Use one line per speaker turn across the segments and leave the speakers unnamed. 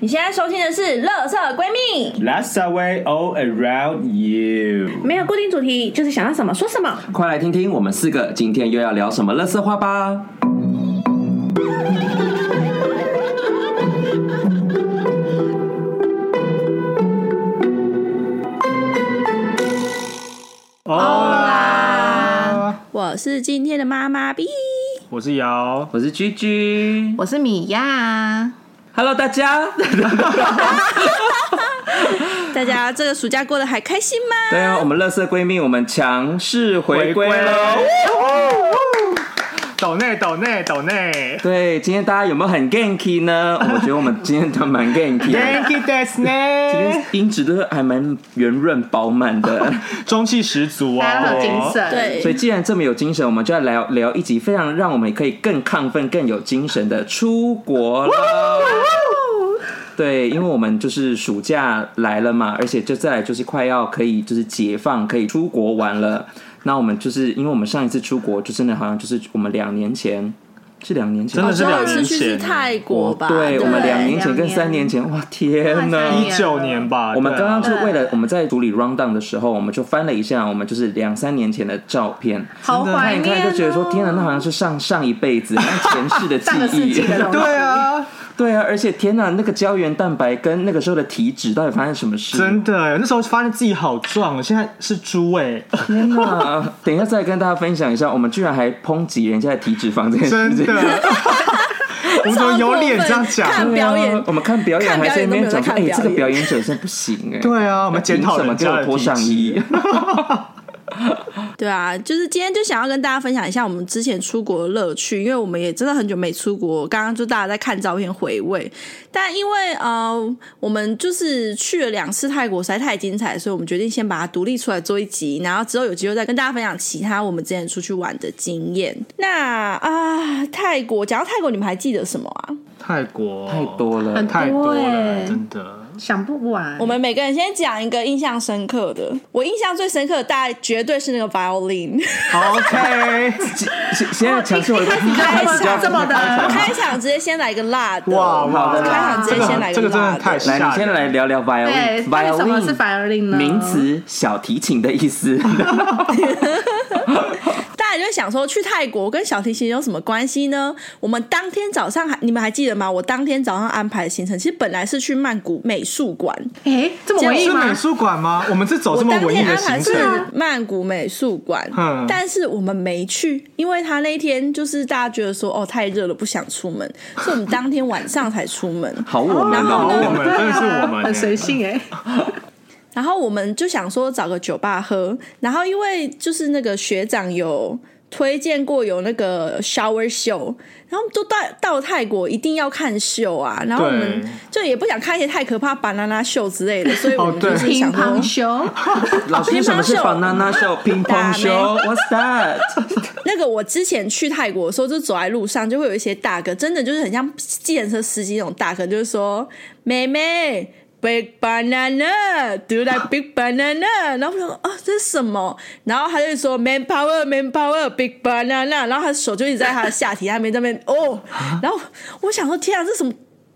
你现在收听的是《乐色闺蜜》，
Last away all around you。
没有固定主题，就是想要什么说什么。
快来听听我们四个今天又要聊什么乐色话吧！
啦，
我是今天的妈妈 B，
我是瑶，
我是 G G，
我是米娅，啊
Hello 大家，
大家这个暑假过得还开心吗？
对啊，我们乐色闺蜜，我们强势回归喽！
抖内抖内抖内
对，今天大家有没有很 ganky 呢？我觉得我们今天都蛮 ganky 的。
，Thank you, d e s
今
n
天音质都还蛮圆润饱满 的，
中气十足
大
哦，
家都有精神。，
对
所以既然这么有精神，我们就要聊聊一集非常让我们可以更亢奋、更有精神的出国了。对，因为我们就是暑假来了嘛，而且就再来就是快要可以就是解放，可以出国玩了。那我们就是因为我们上一次出国，就真的好像就是我们两年前，是两年前
真
吗，
的是两
上次
年
去是
前，
泰国吧？
对，我们两年前跟
两年
三年前，哇天
快
呐！
三
一九年吧。
我们
对啊
刚刚就是为了
对
我们在处理 round down 的时候，我们就翻了一下我们就是两三年前的照片，
好怀
看一
念哦
看就觉得说，啊天哪，那好像是上上一辈子、那前世 的
上个世
记忆
纪。的东西，
对啊，
对啊，而且天哪，那个胶原蛋白跟那个时候的体脂到底发生什么事？
真的，那时候发现自己好壮，现在是猪哎，
天哪！啊等一下再跟大家分享一下，我们居然还抨击人家的体脂肪这件事
真
情。
的，我们怎么有脸这样
超过分
讲？
看表演
对啊我们看表演
看
还
表
在
演都
那
没
边
有在
讲说，
看
哎、
表演
这个表演者真不行哎、
对啊，我们检讨
凭什么
人
给
家
我
的
脱
体
上衣
质？
对啊，就是今天就想要跟大家分享一下我们之前出国的乐趣，因为我们也真的很久没出国，刚刚就大家在看照片回味。但因为呃，我们就是去了两次泰国，实在太精彩，所以我们决定先把它独立出来做一集，然后之后有机会再跟大家分享其他我们之前出去玩的经验。那啊、泰国讲到泰国，你们还记得什么啊？
泰国
太多了
很
太多了，
耶
真的。
想不完。
我们每个人先讲一个印象深刻的，我印象最深刻的大概绝对是那个 violin。
OK，
现现现在强势回归，
开始就
这么的
开场直接先来一个辣的，
哇
好的
开场直
这
接
个
先来
很这个真
辣
的太
来，你先来聊聊
对，
violin。
到底什么
violin
是 violin 呢？
名词，小提琴的 意思。
大家就会想说，去泰国跟小提琴有什么关系呢？我们当天早上还你们还记得吗？我当天早上安排的行程，其实本来是去曼谷美术馆，
哎，这么文艺
是
吗
美？术馆吗？我们是走
我
啊这么
当
文艺
天
的
安
行
排
程
是，啊曼谷美术馆
嗯，
但是我们没去，因为他那一天就是大家觉得说哦太热了不想出门，所以我们当天晚上才出门。
好我们
然后
好
哦，
呢
我们
对啊
真的是我们
很随性哎，
然后我们就想说找个酒吧喝，然后因为就是那个学长有推荐过有那个 shower show，然后都到到泰国一定要看秀啊，然后我们就
对
也不想看一些太可怕 banana 秀之类的，所以我
哦
们
对
就是
乒
想
乓
说
哦
球，
老师，什么是
乒乓球
banana show、乒乓球？What's that？
那个我之前去泰国的时候，就走在路上就会有一些大哥，真的就是很像计程车司机那种大哥，就是说妹妹。Big banana，do that big banana，然后我想说啊、这是什么？然后他就说 man power man power，big banana，然后他手就一直在他的下体那边那边哦，然后我想说天啊，这什么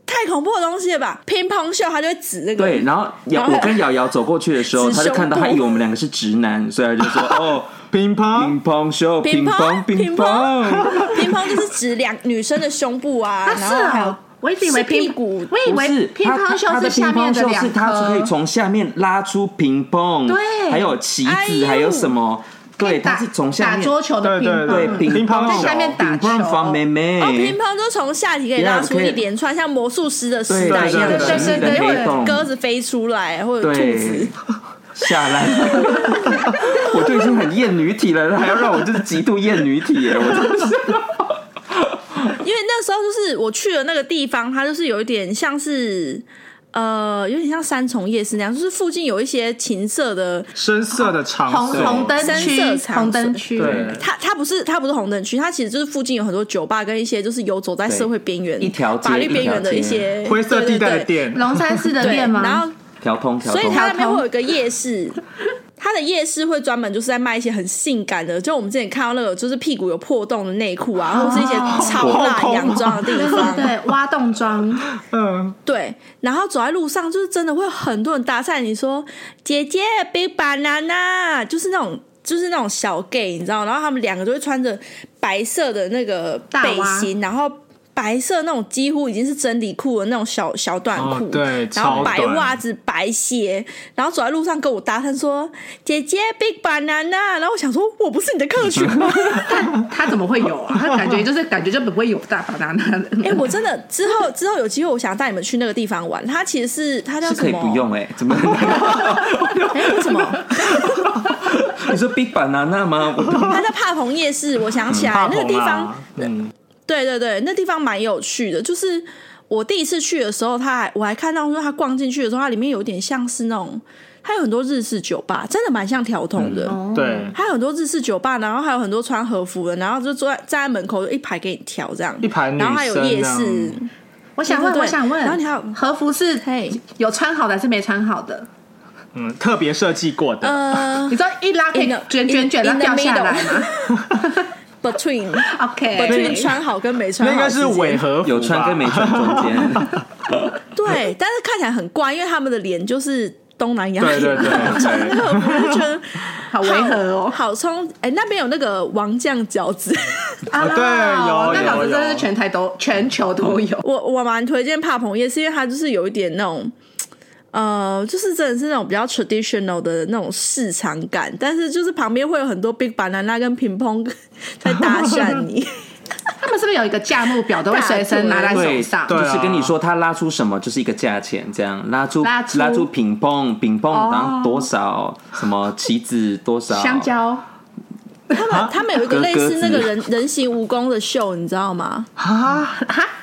太恐怖的东西了吧？乒乓球他就会指那个，
对，然后瑶，
然后
我跟瑶瑶走过去的时候，
指
他
胸
就看到，
部
他以为我们两个是直男，所以他就说：“哦，
乒乓
乒乓球，
乒
乒
乓
乓，
乒
乒
乓
乓。
乒乓就是指两女生的胸部啊，
啊
然
是
后还有
啊，我一直以为
是屁
乒
股
我”以
不
为
是，
乒
他
乓
他
球
的乒
下面
乓球
两
是
颗，
他可以从下面拉出乒乓，
对
还有棋
哎呦
子，还有什么？对，他
打
是从下
打
面
桌球
对
的乒
对
乓，
对
乒
乒
乓
乓
在下面打
乒乓房妹
球。
妹，
哦，乒乓就从下体可以拉
Yeah，
出
可以
一连串像魔术师的时
对
代
对
一样的
对
对
东西，
对对
因为
黑洞
鸽子飞出来或者兔子
对，下来， 我就已经很厌女体了，还要让我就是极度厌女体耶，我真的是。
因为那时候就是我去了那个地方，它就是有一点像是。呃，有点像三重夜市那样，就是附近有一些情色的，
深色的场
红
所，
红灯
深色
区，
场
红灯区，
对
它它不是它不是红灯区，它其实就是附近有很多酒吧跟一些就是游走在
对
社会边缘、
一条街
法律边缘的一
一条
些
街
灰色地带
对对
的店，
龙山寺的
对对
店吗？
然后
调通调
所以
通，
它那边会有一个夜市，它的夜市会专门就是在卖一些很性感的，就我们之前看到那个就是屁股有破洞的内裤啊，或是一些
哦
超辣洋装的地
对
方
对。对，挖洞装，
嗯，
对，然后走在路上，就是真的会有很多人搭讪你说“姐姐，big banana”，就是那种就是那种小 gay，你知道？然后他们两个就会穿着白色的那个
大
背
袜
心，然后白色那种几乎已经是真理裤的那种小小短裤，
哦对
然后
超
白
短
袜子、白鞋，然后走在路上跟我搭讪说“姐姐，big banana”，然后我想说，我不是你的客群吗？
他怎么会有啊？他感觉就是感觉就不会有大把拿拿的。
哎、我真的之后之后有机会，我想带你们去那个地方玩。它其实是它叫
是
什
可以
么？
不用哎、怎么？
哎、为什么？
你说 Big Banana 吗？我都
他在帕蓬夜市，我想起来、
大
哎那个
鹏
地方
啊，，嗯，
对对对，那地方蛮有趣的。就是我第一次去的时候，他还我还看到说他逛进去的时候，它里面有点像是那种，它有很多日式酒吧，真的蛮像条通的。
嗯
哦，
对，
还有很多日式酒吧，然后还有很多穿和服的，然后就坐在站在门口一排给你挑这样，
一排女
然后还有
生
夜
啊
市，
我想问，
对对对
我想问，
然后你还有
和服是
嘿，
有穿好的还是没穿好的？
嗯，特别设计过的，
呃
你知道一拉可以
In the-
卷
in-
卷卷到
in the
掉下来吗
，between
？OK，
between 穿好跟没穿
那
好，
应该是
尾
伪和服吧
有穿跟没穿中间，
对，但是看起来很怪，因为他们的脸就是东南亚
对对对
真的，我就觉得
好违和哦。
好冲！哎、那边有那个王酱饺子，
啊
对有
那老师
有
真的
有
是全台都全球都有。
我我蛮推荐帕蓬夜，是因为它就是有一点那种。呃，就是真的是那种比较 traditional 的那种市场感，但是就是旁边会有很多 big banana 跟平乓在搭讪你，
他们是不是有一个价目表都会随身拿在手
对，
上？
对啊
就是跟你说他拉出什么就是一个价钱，这样拉出
拉出
拉出品碰品碰，
哦
然后多少什么棋子多少
香蕉
他们他们有一个
格
类
格
似那
子
个人人形蜈蚣的秀，你知道吗？
啊，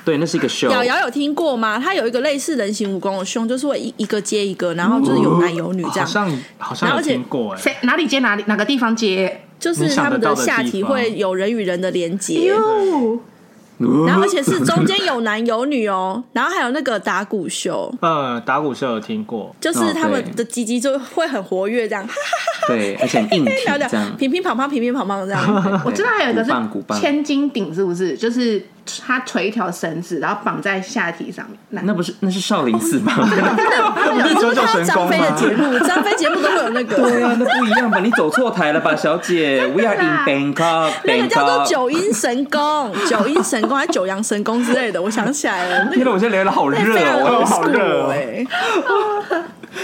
对，那是一个秀。
瑶瑶有听过吗？它有一个类似人形蜈蚣的胸，就是会一一个接一个，然后就是有男有女这
好
样，
像好像
然后
有
而且
听过哎，
谁哪里接哪里哪个地方接？
就是他们下体会有人与人的连
哎
接，
哟，
然后而且是中间有男有女哦，然后还有那个打鼓秀，
嗯，打鼓社有听过，
就是他
哦
们
对
的鸡鸡就会很活跃这样，哈哈
对，而且很硬体
聊聊
这样，。
乒乒乓乓，乒乒乓乓这样。
我知道还有一个
鼓棒鼓
是
棒
千斤顶，是不是？就是他垂一条绳子，然后绑在下体上面。那
那不是那是少林 寺吧？
是九九
看到
神
张
功
飞的节
吗？
目，张飞节目都会有那
对
个，
啊，那不一样吧？你走错台了吧，小姐？We are in Bangkok，
那个叫做
Bangkok。
九阴神功、九阴神功还是九阳神功之类的，我想起来了，
天哪，我现在聊的 好
那个
热
非常
哦！
old
好
school
热
哦
哎。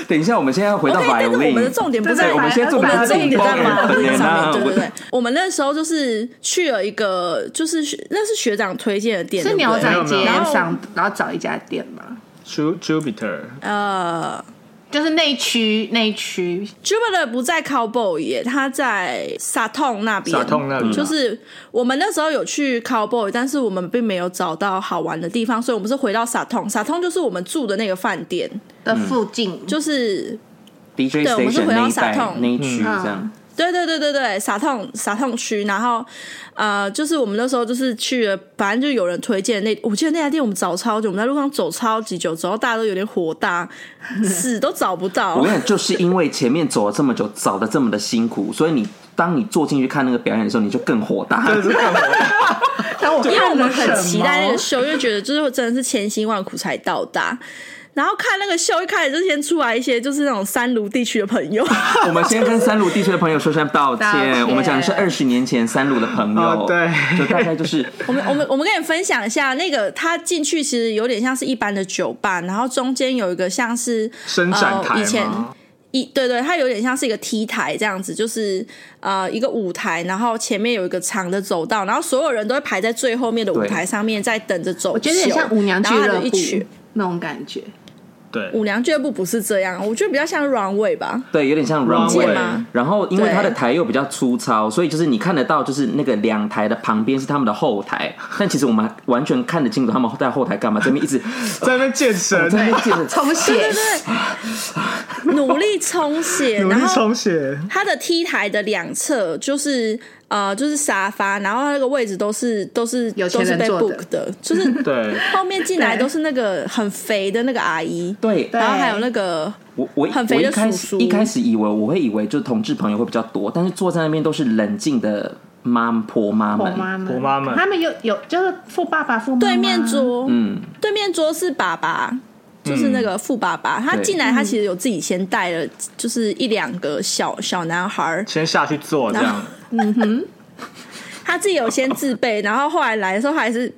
等一下，我们现在要回到
OK，但是我
violin。
们的重点不在
对我们现
我
在重
们
点
的
在
重点在
Big
马路
Bang
上面，对
Banana，
对对。我们那时候就是去了一个，就是学那是学长推荐的店，
是
对不
牛
对
仔街
然后
上，然后找一家店嘛，
Ju- Jupiter，
呃
就是内区内区。
，Jupiter 不在 Cowboy 耶，他在 Satong 那边。
傻痛那里啊，
就是我们那时候有去 Cowboy，但是我们并没有找到好玩的地方，所以我们是回到 Satong。Satong 就是我们住的那个饭店，
嗯
的附近，
就是。
DJ
对我们是
station
回到
那一带
Sartong
那一区
嗯
这样。
对对对对对，傻痛傻痛区，然后呃，就是我们那时候就是去了，反正就有人推荐那，我记得那家店我们找超久，我们在路上走超级久，走到大家都有点火大，死都找不
我
到
跟。你讲，就是因为前面走了这么久，找的这么的辛苦，所以你当你坐进去看那个表演的时候，你就更火大。
这是干嘛？
但我
哦
因为我
看
们
了
很期待那个
什
秀，就觉得就是真的是千辛万苦才到达。然后看那个秀，一开始就先出来一些就是那种三卢地区的朋友，
我们先跟三鲁地区的朋友说声道 歉，
道歉
我们讲的是二十年前三鲁的朋友，
哦对
就大概就是
我们我们我们跟你分享一下，那个他进去其实有点像是一般的酒吧，然后中间有一个像是
伸展
呃、
台
以前
吗？
一对对，它有点像是一个 T 台这样子，就是呃一个舞台，然后前面有一个长的走道，然后所有人都会排在最后面的舞
对
台上面，在等着走秀。
我觉得很像舞娘俱
然后
乐
它就一群
部那种感觉。
对，
舞娘俱乐部不是这样，我觉得比较像 runway 吧。
对，有点像
Runway
runway
吗。
然后因为
对
它的台又比较粗糙，所以就是你看得到，就是那个两台的旁边是他们的后台，但其实我们完全看得清楚他们在后台干嘛，这边 一直
在那边健身，
在那边见着。
充血，
努力充血，
努
然
力
后
充血，
它的 T 台的两侧就是呃就是沙发，然后那个位置都是都是
有钱
都是
人
被
坐
book
的
的， 就是
对，
后面进来
对
都是那个很肥的那个阿姨，
对
对
然后还有那个
我我
很
我
肥
一
的
开
叔
始
叔
一开始以为我会以为就同志朋友会比较多，但是坐在那边都是冷静的妈婆妈
婆
们，
妈们，
婆妈们
他们有有就是富爸爸、富妈妈
对面桌，
嗯，
对面桌是爸爸，就是那个富爸爸。他
对
进来，他其实有自己先带了，就是一两个小小男孩儿，
先下去做这样，
他自己有先自备，然后后来来的时候他还是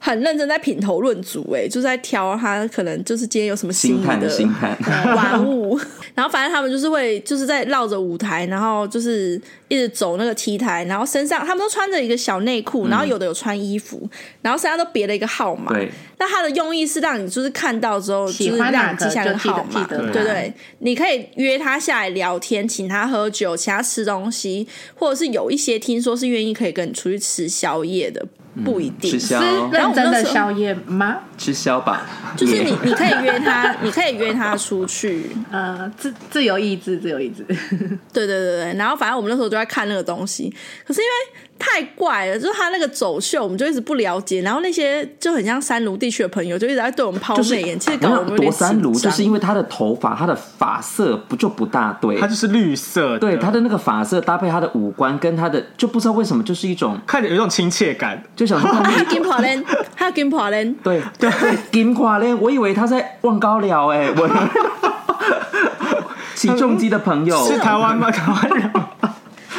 很认真在品头论足，哎，就是在挑他可能就是今天有什么新
星
颖
探的
的
星探，
玩物， 然后反正他们就是会就是在绕着舞台，然后就是一直走那个 T 台，然后身上他们都穿着一个小内裤，然后有的有穿衣服，然后身上都别了一个号码。
对，
那它的用意是让你就是看到之后，
喜
就是
欢哪
让
个
你记下那
就记得
号码，
记得
对
它
对。你可以约他下来聊天，请他喝酒，请他吃东西，或者是有一些听说是愿意可以跟你出去吃宵夜的，不一定。
嗯吃
是
宵
认真的宵夜吗？
吃宵吧，
就是 你
耶，
你可以约他， 你可以约他出去，
呃，自自由意志，自由意志。
对对对对，然后反正我们那时候就在看那个东西，可是因为太怪了，就是他那个走秀，我们就一直不了解，然后那些就很像三卢地区的朋友就一直在对我们抛
就是
媚眼，其实搞得我们有点
夺三卢，
紧
就
张
是因为他的头发，他的发色不就不大对
它，就是啊绿色的，
对他的那个发色搭配他的五官跟他的，就不知道为什么就是一种
看着有一种亲切感，
就想说他
还 有
们
金跑人，还有金跑人，
对对金跨链，我以为他在望高寮哎、 我 起重机的朋友
是哦台湾吗？台湾人吗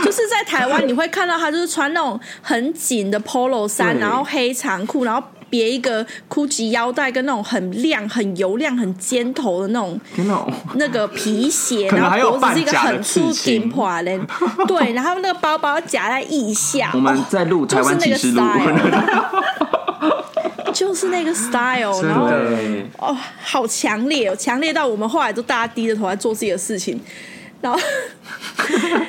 就是在台湾你会看到他就是穿那种很紧的 polo 衫，
对
然后黑长裤，然后别一个 GUCCI 腰带跟那种很亮、很油亮、很尖头的那种
天哪！
那个皮鞋，
可能
然
还
后
有
脖子是一个
半甲的
很粗
刺青
顶垮 嘞，对，然后那个包包夹在腋下， 哦
我们在录台
就是
湾
那
启
个
示录，
style，就是那个 style，然后
真的
对，
哦，好强烈哦，强烈到我们后来都大家低着头在做自己的事情，然后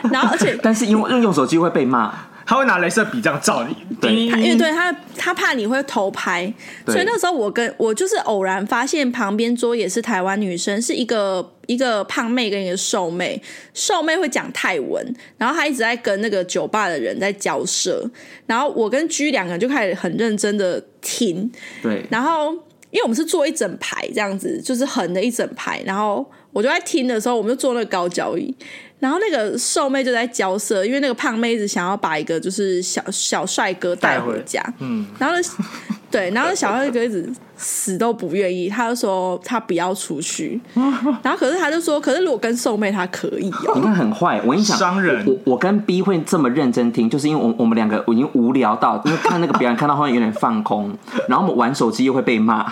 然后而且
但是因为用手机会被骂，
他会拿镭射笔这样照你，
对
他因为对他他怕你会偷拍，
对
所以那时候我跟我就是偶然发现旁边桌也是台湾女生，是一个一个胖妹跟一个瘦妹，瘦妹会讲泰文，然后她一直在跟那个酒吧的人在交涉，然后我跟居两个人就开始很认真的听，
对，
然后因为我们是坐一整排这样子，就是横的一整排，然后我就在听的时候，我们就坐那个高脚椅，然后那个瘦妹就在交涉，因为那个胖妹一直想要把一个就是小小帅哥带回家，嗯，然后呢，对，然后那小帅哥一直死都不愿意，他就说他不要出去，然后可是他就说，可是如果跟瘦妹他可以哦、
你看很坏，我跟你讲，
商人
我我跟 B 会这么认真听，就是因为我我们两个我已经无聊到，因为看那个表演看到后面有点放空，然后我们玩手机又会被骂，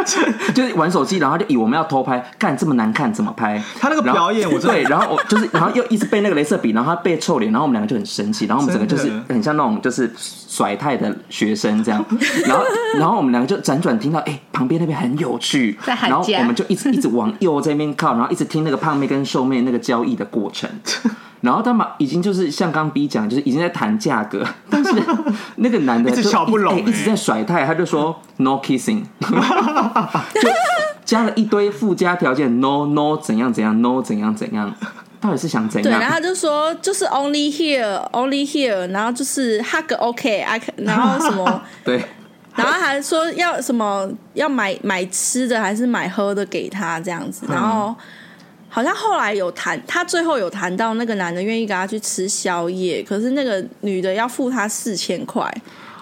就是玩手机，然后就以为我们要偷拍，干这么难看怎么拍？
他那个
然后
表演我真的
对，然后我就是然后又一直被那个镭射笔，然后他被臭脸，然后我们两个就很生气，然后我们整个就是
真的
很像那种就是甩态的学生这样，然后然后我们两个就辗转听到，哎、旁边那边很有趣，
在喊
然后
价
我们就一直一直往右这边靠，然后一直听那个胖妹跟瘦妹那个交易的过程。然后他们已经就是像刚 B 讲，就是已经在谈价格， 但是那个男 的
一直
就
瞧不拢
哎一直
欸
在甩态，他就说 no kissing，就加了一堆附加条件 no no 怎样怎样 no 怎样怎样，到底是想怎
对，然后
样？
他就说就是 only here only here，然后就是 hug OK I can，然后什么。
对，
然后还说要什么要买买吃的还是买喝的给他这样
嗯
子，然后好像后来有谈，他最后有谈到那个男的愿意跟他去吃宵夜，可是那个女的要付他四千块，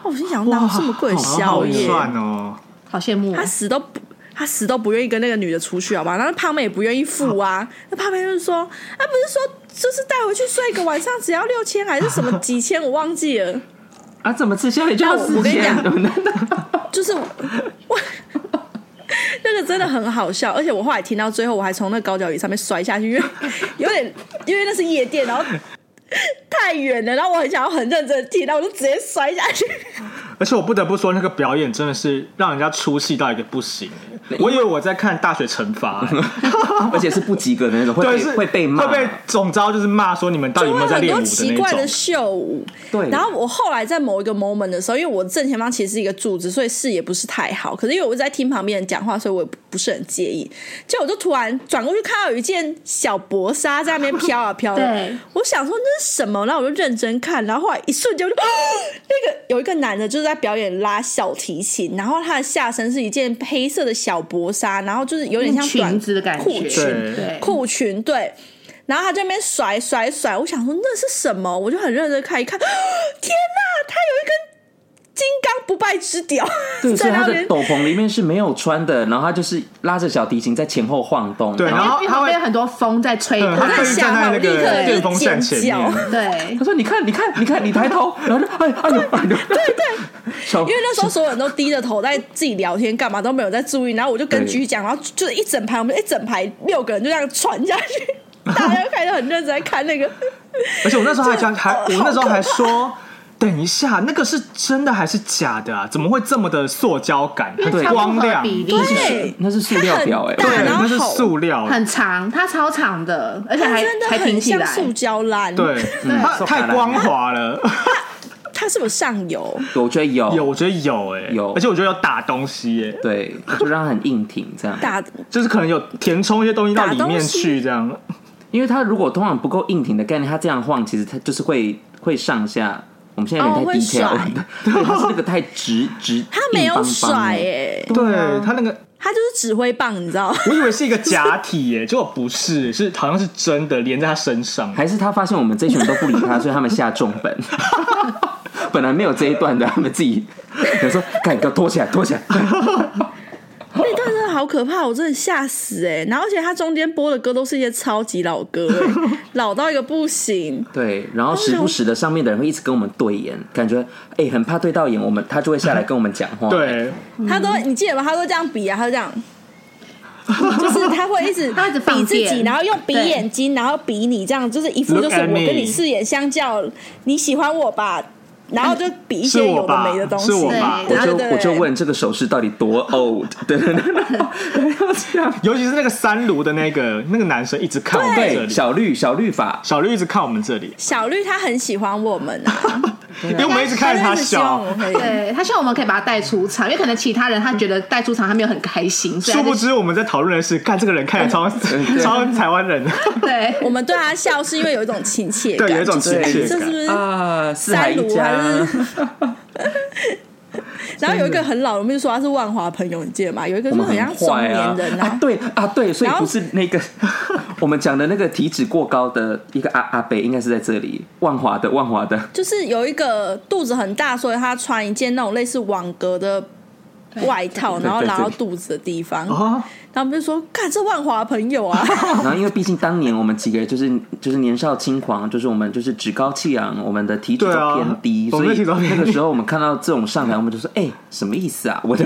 哦我心想哪有这么贵的宵
好
夜？
赚哦，
好羡慕哦
他死都不。他死都不愿意跟那个女的出去，好吧？然后那胖妹也不愿意付啊。那胖妹就是说，啊，不是说就是带回去睡一个晚上只要六千还是什么几千，我忘记了。
啊，怎么吃宵夜就要
然后我
四
跟你
千？
就是我， 我那个真的很好笑，而且我后来听到最后，我还从那个高脚椅上面摔下去，因为有点，因为那是夜店，然后太远了，然后我很想要很认真的听，然后我就直接摔下去。
而且我不得不说，那个表演真的是让人家出戏到一个不行。我以为我在看《大学惩罚》，
而且是不及格的那种，会
对，
被
是
会被骂，
会被总招就是骂说你们到底
就会
有没有在
很
练
多
舞的
奇怪
那
的
种。
秀舞。
对
然后我后来在某一个 moment 的时候，因为我正前方其实是一个柱子，所以视野不是太好。可是因为我一直在听旁边人讲话，所以我也不不是很介意。结果我就哦突然转过去，看到有一件小薄纱在那边飘啊飘的
对。
我想说那是什么？然后我就认真看，然后后来一瞬间我就、啊那个有一个男的，就是就是在表演拉小提琴，然后她的下身是一件黑色的小薄纱，然后就是有点像短
裙子的感觉，
裤裙
对
对，
裤裙，对。然后他这边甩甩甩，我想说那是什么？我就很认真看一看， 天哪，他有一根金刚不败之屌
对，所
在
以
那
他
边
的，斗篷里面是没有穿的，然后他就是拉着小提琴在前后晃动。
对，
然
然
后
后
因为
他
旁
会
边，很多风在吹
嗯，
我
他
在
会
想
站在
我
那
立刻
个
就
电风扇
尖
前面
叫，
对
他，说：“你看，你看，你看，你抬头。”然后就哎哎呦，对对， 小
因为那时候所有人都低着头在自己聊天，干嘛都没有在注意。然后我就跟
对
居讲，然后就是一整排，我们一整排六 个人就这样传下去，大家就开始很认真在看那个。
而且我那时候还讲，还
好
我那时候还说。等一下，那个是真的还是假的啊？怎么会这么的塑胶感，
因为
很
超不
光
合
亮？
比例，
对，
那是塑料表哎
它很
对，
大然后
那是塑料的，
很长，它超长的，而且
它
还
真的
还
很
挺起
像
来，
塑胶篮。
对，嗯它
塑
太
胶
光滑了。
它是不是上游？
我觉得 有
有，我觉得有哎，
有
而且我觉得有打东西耶，
对，就让它很硬挺这样。
打
就是可能有填充一些东西到里面去这样。
因为它如果通常不够硬挺的概念，它这样晃，其实它就是会会上下。我们现在有
哦
点太
会
detail
甩
了，对，它是那个太直直，
它没有
硬邦邦
甩哎、
欸
对啊它那个，
它就是指挥棒，你知道？
我以为是一个假体耶， 结果不是，是好像是真的连在他身 上。
还是他发现我们这群人都不理他，所以他们下重 本。本来没有这一段的，他们自己有说：“赶快拖起来，拖起来。
那段真的好可怕，我真的吓死哎、然后而且它中间播的歌都是一些超级老歌、欸，老到一个不行”。
对，然后时不时的上面的人会一直跟我们对眼，感觉哎、很怕对到眼，我们他就会下来跟我们讲话。，
对，
他都你记得吗？他都这样比啊，他就这样。就是他会一直
他一直放
比自己，
电
然后用比
对
眼睛，然后比你这样，就是一副
Look
就是
at
我
me
跟你四眼相较，你喜欢我吧，然后就比一些
是
有
我
的
吧
没的东西。
是我
吧
对
我
对
就
对
我就问这个手势到底多 old？对对对，要这样。
尤其是那个三卢的那个那个男生一直看我们这
对，
里，
小绿小绿法，
小绿一直看我们这里，
小绿，他很喜欢我们啊，
因为我们一直看着
他
他
就一直希望
笑
我。们可以
对，他希望我们可以把它带出场，因为可能其他人他觉得带出场他没有很开心，
殊
所以他就
不知我们在讨论的是，看这个人看起来超 超台湾人的，
对，
我们对他笑是因为有一种亲切感，
对有一种
就是哎
亲切
这
感
是不是？
啊，四海一家
三卢还。 然后有一个很老的，我们就说他是万华朋友，你记得吗？有一个
我
就
们
很像
很
中
坏啊
年人
啊，对啊对，所以
然后
不是那个 我们讲的那个体脂过高的一个阿阿北，应该是在这里，万华的万华的，
就是有一个肚子很大，所以他穿一件那种类似网格的外套，
对
然后
对
拉到
对
肚子的地方。
哦，
然后我们就说，看这万华朋友啊，
然后因为毕竟当年我们几个人就是就是年少轻狂，就是我们就是趾高气昂，我们的体脂
对
都
啊
偏低，
我
所
们的
以
体脂都偏低
那个时候我们看到这种上来，我们就说哎、什么意思啊？我的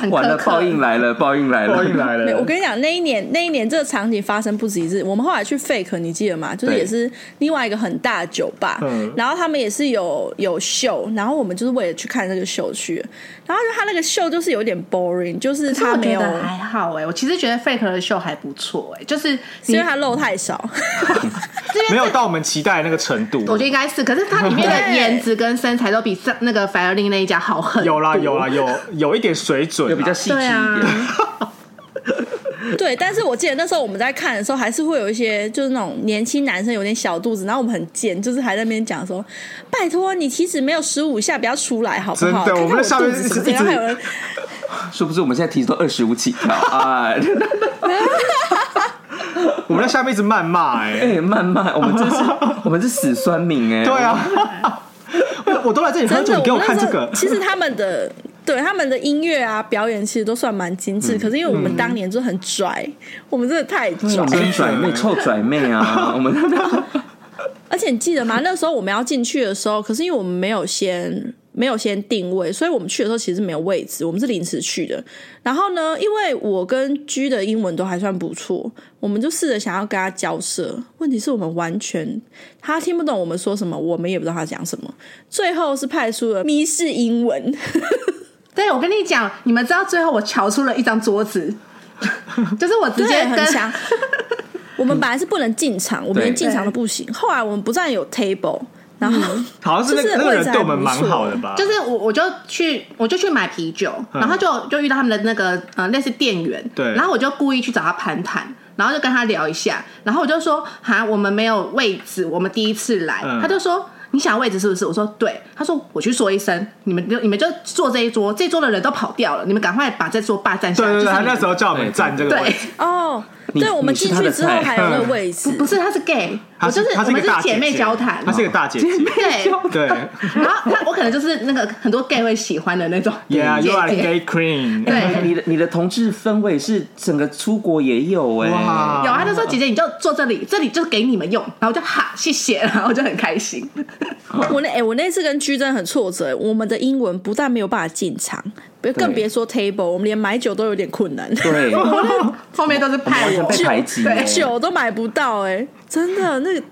很
完了，
苛刻
报应来了，报应来了，
报应来
没有我
了，
跟你讲，那一年那一年这个场景发生不止一次。我们后来去 Fake，你记得吗？就是
对
也是另外一个很大的酒吧，
嗯
然后他们也是有有秀，然后我们就是为了去看那个秀去的。然后就他那个秀就是有点 boring，就是
可是
他
我
没
觉
有，
得还好哎、我其实觉得 Fake 的秀还不错哎、就是
是
你
因为他肉太少。
没有到我们期待的那个程度。
我觉得应该是，可是它里面的
对
颜值跟身材都比上那个凡尔令那一家好很
有啦
多
有啦，有有一点水准啦，
有比较细致一
对啊
点。
对，但是我记得那时候我们在看的时候，还是会有一些就是那种年轻男生有点小肚子，然后我们很贱，就是还在那边讲说：“拜托你体脂没有十五下，不要出来好不好？”
真的
看
我们在
看
下
我
面
肚子
一直
怎么样，
一直
还有人
是不是我们现在体脂都二十五起跳啊？
我们在下面一直谩骂哎、
哎、慢慢，我们真是我们是死酸民 哎、
对啊，我我都来这里喝
真
酒，
的，
你给
我
我
那
看
时
这
候，
个
其实他们的对他们的音乐啊表演其实都算蛮精
嗯
致，可是因为我们当年就很拽，我们真的太拽
我。
嗯
们是拽妹、
欸
臭拽妹啊！我们
而且你记得吗？那时候我们要进去的时候，可是因为我们没有先没有先定位，所以我们去的时候其实没有位置，我们是临时去的。然后呢，因为我跟 G 的英文都还算不错，我们就试着想要跟他交涉。问题是我们完全他听不懂我们说什么，我们也不知道他讲什么。最后是派出了咪式英文。
对，我跟你讲，你们知道最后我瞧出了一张桌子， 就是我直
对，
接跟
很强。 我们本来是不能进场，
嗯
我们连进场都不行。后来我们不但有 table，然后、
嗯
好像是那
就是
个那个
位置
人对我
还
们
不
蛮
错
好的吧？
就是我我就去我就去买啤酒，然后就就遇到他们的那个呃类似店员，
嗯对
然后我就故意去找他攀谈。然后就跟他聊一下，然后我就说：“哈，我们没有位置，我们第一次来。
嗯
他就说：“你想位置是不是？我说对。他说我去说一声，你们就你们就坐这一桌，这桌的人都跑掉了，你们赶快把这桌霸占下
对对
来。
对，
就是
他
你们
那时候叫我们站这个位
对
置，，
哦，
你
对，我们
你是
进
他
去
的
之后
菜嗯
还有那个位置，
不是他是 gay，
她
我就是
她
我
是一
们
个
是
大
姐妹交谈，
她是一个大姐姐，
对。
对
然后他我可能就是那个很多 gay 会喜欢的那种
，Yeah, you are
姐姐
gay queen，
对
哎你的你的同志氛围是整个出国也有哎、
哇
有啊，他就说姐姐你就坐这里，这里就给你们用，然后我就哈谢谢， 然后我就很开心。
我那哎、我那次跟居真的很挫折，我们的英文不但没有办法进场，别更别说 table，我们连买酒都有点困难，
对，
哦
后面都是派
完全
我，
被排挤、欸，
酒都买不到哎、真的那个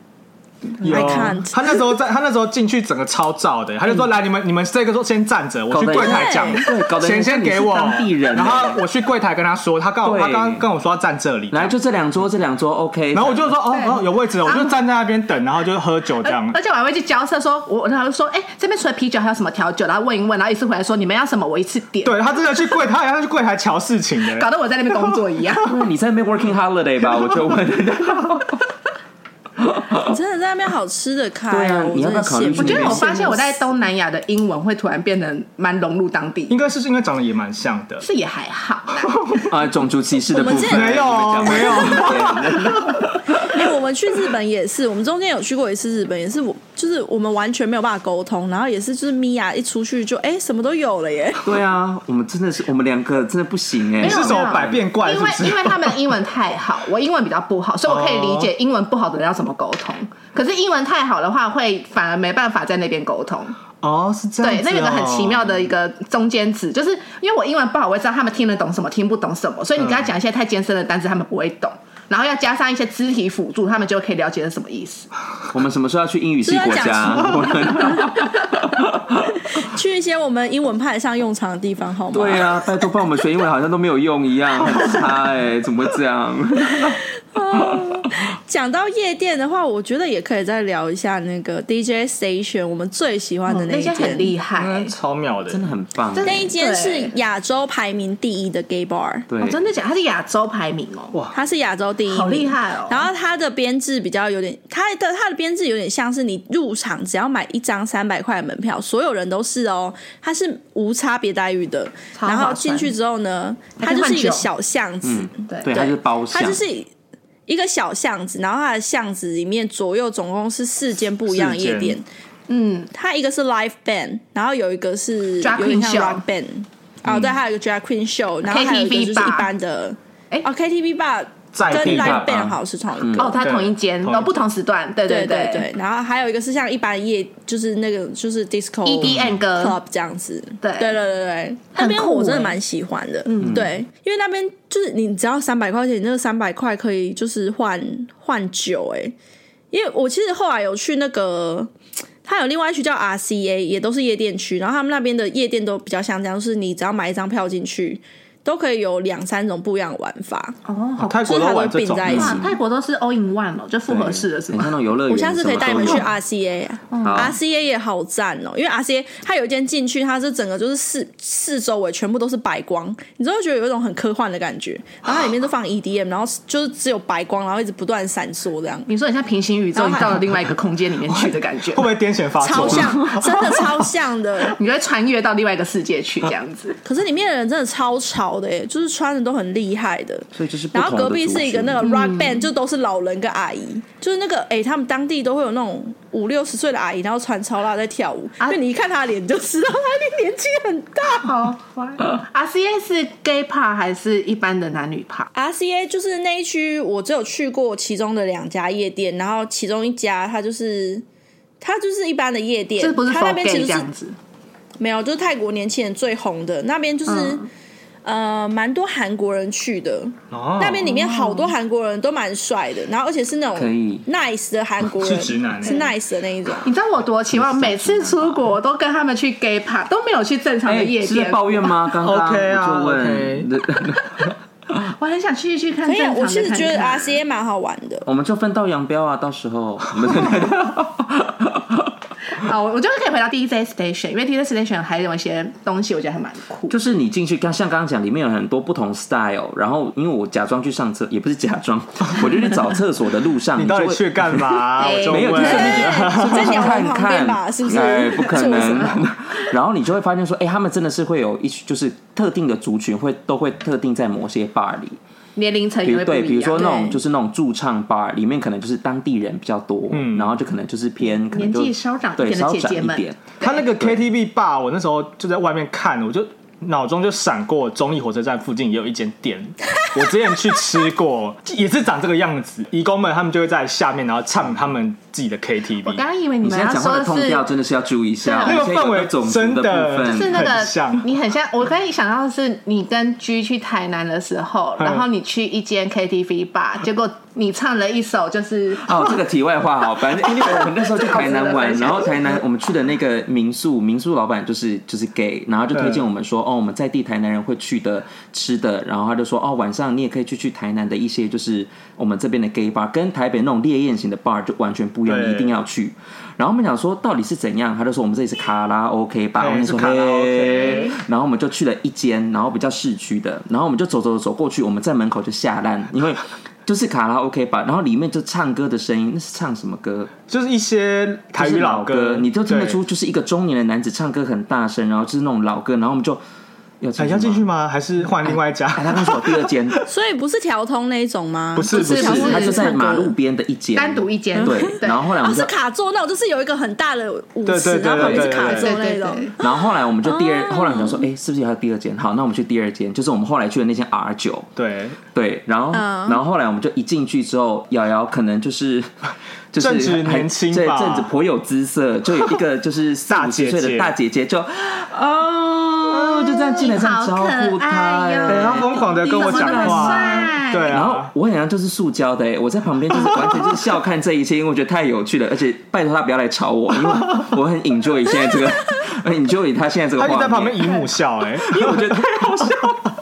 有
I can't
他那时候在，他那时候进去整个超燥的，他就
嗯
说：“来，你们你们这个都先站着，我去柜台讲，
对搞得
钱先给我
你是当地人欸
然后我去柜台跟他说，他告
对
他刚刚跟我说要站这里，
来就啊这两桌，这两桌 OK，
然后我就说：“哦
对
哦，有位置了，我就站在那边等，然后就喝酒这样
呃
而。而且我还会去交涉说，我然后说，哎、这边除了啤酒还有什么调酒，然后问一问，然后一次回来说你们要什么，我一次”点，
对他真的去柜台，他去柜台瞧事情的
搞，得我在那边工作 一样。
因为你在那边 working holiday 吧，我就问，
你真的在那边好吃的开、
对啊
我
你
真
要
的
不要考虑
羡慕。
去
我觉得
那
我
边
发现我在东南亚的英文会突然变得蛮融入当地
应，该是因为长得也蛮像的。
是也还好啦。
啊，种族歧视的部
我们
分
这
没有没有，
哎、我们去日本也是，我们中间有去过一次日本，也是我就是我们完全没有办法沟通，然后也是就是米娅一出去就哎、什么都有了耶，
对啊，我们真的是我们两个真的不行哎、
你是什
没有
么百变怪是
因
不
为
是哦
因？为他们英文太好，我英文比较不好，所以我可以理解英文不好的人要怎么沟通。可是英文太好的话，会反而没办法在那边沟通。
哦，是这样
对，
子哦。
那有一个很奇妙的一个中间值，就是因为我英文不好，我会知道他们听得懂什么，听不懂什么，所以你跟他讲一些太艰深的单词，他们不会懂。然后要加上一些肢体辅助，他们就可以了解是什么意思。
我们什么时候要去英语系国
是
家
要？
我 们
去一些我们英文派得上用场的地方好吗？
对啊，拜托帮我们学英文好像都没有用一样，很差哎、怎么会这样？
讲到夜店的话，我觉得也可以再聊一下那个 DJ station，我们最喜欢的
哦那
一
些
间。
很厉害、欸
嗯，超妙的，
真的很棒，
真的
那一间是
对
亚洲排名第一的 gay bar，
对，
哦，真的假的？他是亚洲排名哦，哇，
它是亚洲第一名，
好厉害哦
然后它的编制比较有点，它的它的编制有点像是你入场只要买一张三百块的门票，所有人都是哦，它是无差别待遇的。
超划
然
算
后进去之后呢，
还可
它
以
就是一个
换酒
小巷子，
对
嗯对，它就是包厢，
它就是一个小巷子，然后它的巷子里面左右总共是四间不一样的夜店
四。
嗯，它一个是 live band，然后有一个是
Drag
有点
queen
像
show
rock band，哦，对，还有一个 drag queen show，然后还有一个就是
KTV bar
一般的，
哎
哦 KTV bar
在
跟
K-pop
live
吧
band 好像是同一个，
哦，他同一间，
对
哦，不同时段，对
对
对
对对，然后还有一个是像一般夜，就是那个就是 disco
EDM E 歌
club 这样子，
对
E 对对对对，那
很
边
酷
我真的
欸
蛮喜欢的，嗯，对，因为那边就是你只要三百块钱，那个三百块可以就是换换酒、欸，因为我其实后来有去那个。它有另外一区叫 RCA，也都是夜店区，然后他们那边的夜店都比较像这样，就是你只要买一张票进去，都可以有两三种不一样的玩法。
哦，好
泰国都玩这种
就是它会并在一起
哇，泰国都是 all in one 哦，就复合式的是
你看那
吗？
种游乐园，
我下次可以带你们去
什么
RCA 啊。
都有嗯好
RCA 也好赞哦，因为 RCA 它有一间进去，它是整个就是四四周围全部都是白光，你就会觉得有一种很科幻的感觉。然后它里面就放 EDM，然后就是只有白光，然后一直不断闪烁这样，
你说你像平行宇宙，
然后
你
还
到了另外一个空间里面去的感觉
会不，会癫痫发作？
超像，真的超像的。
你就会穿越到另外一个世界去这样子。
可是里面的人真的超潮的耶，就是穿的都很厉害的。
所以就是不
然
同的
后隔壁
族群
是一个那个
嗯
rock band，、就都是老人跟阿姨，就是那个哎、他们当地都会有那种五六十岁的阿姨，然后穿超辣在跳舞，
啊
就你一看她的脸就知道她年纪很大。
好坏。RCA 是 gay bar 还是一般的男女 bar？
RCA 就是那一区，我只有去过其中的两家夜店，然后其中一家它就是它就是一般的夜店
这，不是
它那
for
边其
gay
实
这
是
样子？
没有，就是泰国年轻人最红的那边就是、
嗯
呃蛮多韩国人去的，
哦
那边里面好多韩国人都蛮帅的，然后而且是那
可以
种 nice 的韩国人，
是直男欸
是 nice 的那一种。
你知道我多期望每次出国我都跟他们去 gay bar，都没有去正常的
哎、
夜
是在
店。
抱怨吗？刚刚
OK 啊
我就问
OK
我很想去去看
可以 啊，
正常的。
我其实觉得
看看
RCA
哦
蛮好玩的。
我们就分道扬镳啊！到时候我们
好，我我就是可以回到第一 day station，因为第一 day station 还有一些东西，我觉得还蛮 酷。
就是你进去，刚像刚刚讲，里面有很多不同 style。然后因为我假装去上厕，也不是假装，我就去找厕所的路 上，
你到底
就会
去 干嘛？
哎
我就
没有，就
问
是你
在鸟笼
看
旁边吧
看，
是不是
哎，不可
做什
能
么。
然后你就会发现说，哎，他们真的是会有一群，就是特定的族群会都会特定在某些 bar 里，
年龄层
比
也
如
哎会不一
对，
样。
比如说那种
对
就是那种驻唱 bar 里面可能就是当地人比较多，
嗯
然后就可能就是偏可能
年
就
纪稍长一
对
点的
稍
姐
长
姐
一
们
点，
他那个 KTV 吧，我那时候就在外面看，我就脑中就闪过中立火车站附近也有一间 店，我之前去吃过，也是长这个样子。义工们他们就会在下面，然后唱他们自己的
我
KTV，
刚刚以为
你
们
现在
要
讲话
说
的痛
是
调真的是要注意一下，
对啊
那
我
个
们现在
氛
有
围
种族
真
部
的
分
是那
很
个
像
你很像，我可以想到的是你跟 G 去台南的时候，
嗯
然后你去一间 KTV 吧，结果你唱了一首就是
哦，这个题外话哦，反正因为我们那时候去台南玩，
这个好值得分
然
享
后台南我们去的那个民宿，民宿老板就是就是 gay，然后就推荐我们说，
嗯
哦，我们在地台南人会去的吃的，然后他就说，哦，晚上你也可以去去台南的一些就是我们这边的 gay bar，跟台北那种烈焰型的 bar 就完全不一样，
对
你一定要去。然后我们讲说到底是怎样，他就说我们这里是卡拉 OK 吧，
对
我们就说
哎是卡拉 OK
嘿然后我们就去了一间，然后比较市区的，然后我们就走走走过去，我们在门口就下烂，因为就是卡拉 OK 吧， 然后里面就唱歌的声音，那是唱什么歌？
就是一些台
就
语
是老
哎歌，
你就听得出，
对。
就是一个中年的男子唱歌很大声，然后就是那种老歌，然后我们就要
哎，
进
要进去
吗？
吗？还是换另外一家？
哎，他跟我说第二间，
所以不是调通那一种吗？
不是
不是
不
不
是
是，
他就在马路边的一间，
单独一间，
对，然后后来我
哦，
们
是
就
卡座那种，就是有一个很大的舞
对
池，
对对
然后旁边是
对对
卡
对
座那
对
种
对。
然后后来我们就第二，
哦
后来我想说，哎、是不是还有第二间？好，那我们去第二间，就是我们后来去的那间 R 九。
对，
对，然后、
嗯
然后后来我们就一进去之后，瑶瑶可能就是 就是
正值
很
年轻
对，
吧
正值颇有姿色，就有一个就是四
大
五十
姐
岁的
姐
大姐姐就哦，就这样进来这样招呼
嗯好可
她
爱哟，
对，他疯狂的跟我
怎么那
讲
么
话
帅，
对
然后
啊，
我很像就是塑胶的、欸，我在旁边就是完全就是笑看这一切，因为我觉得太有趣了，而且拜托他不要来吵我，因为我很 enjoy 现在这个，很 enjoy 他现在这个
他
画
就
面。
在旁边姨母笑， 哎，
因为我觉得太好 笑了。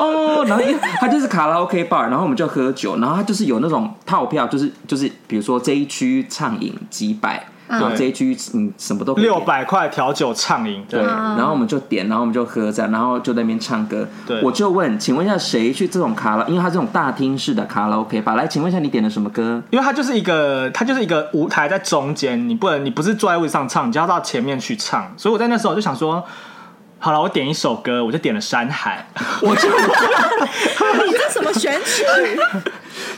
哦，然后因为他就是卡拉 OK bar，然后我们就喝酒，然后他就是有那种套票，就是就是比如说这一区畅饮几百，然后这一区嗯什么都可以点
六百块调酒畅饮，
对，然后我们就点，然后我们就喝这样，然后就在那边唱歌。
对
我就问，请问一下谁去这种卡拉？因为它这种大厅式的卡拉 OK 吧，来，请问一下你点的什么歌？
因为它就是一个，它就是一个舞台在中间，你不能，你不是坐在位置上唱，你就要到前面去唱。所以我在那时候就想说，好了，我点一首歌，我就点了《山海》，
我就
哦你这什么选曲？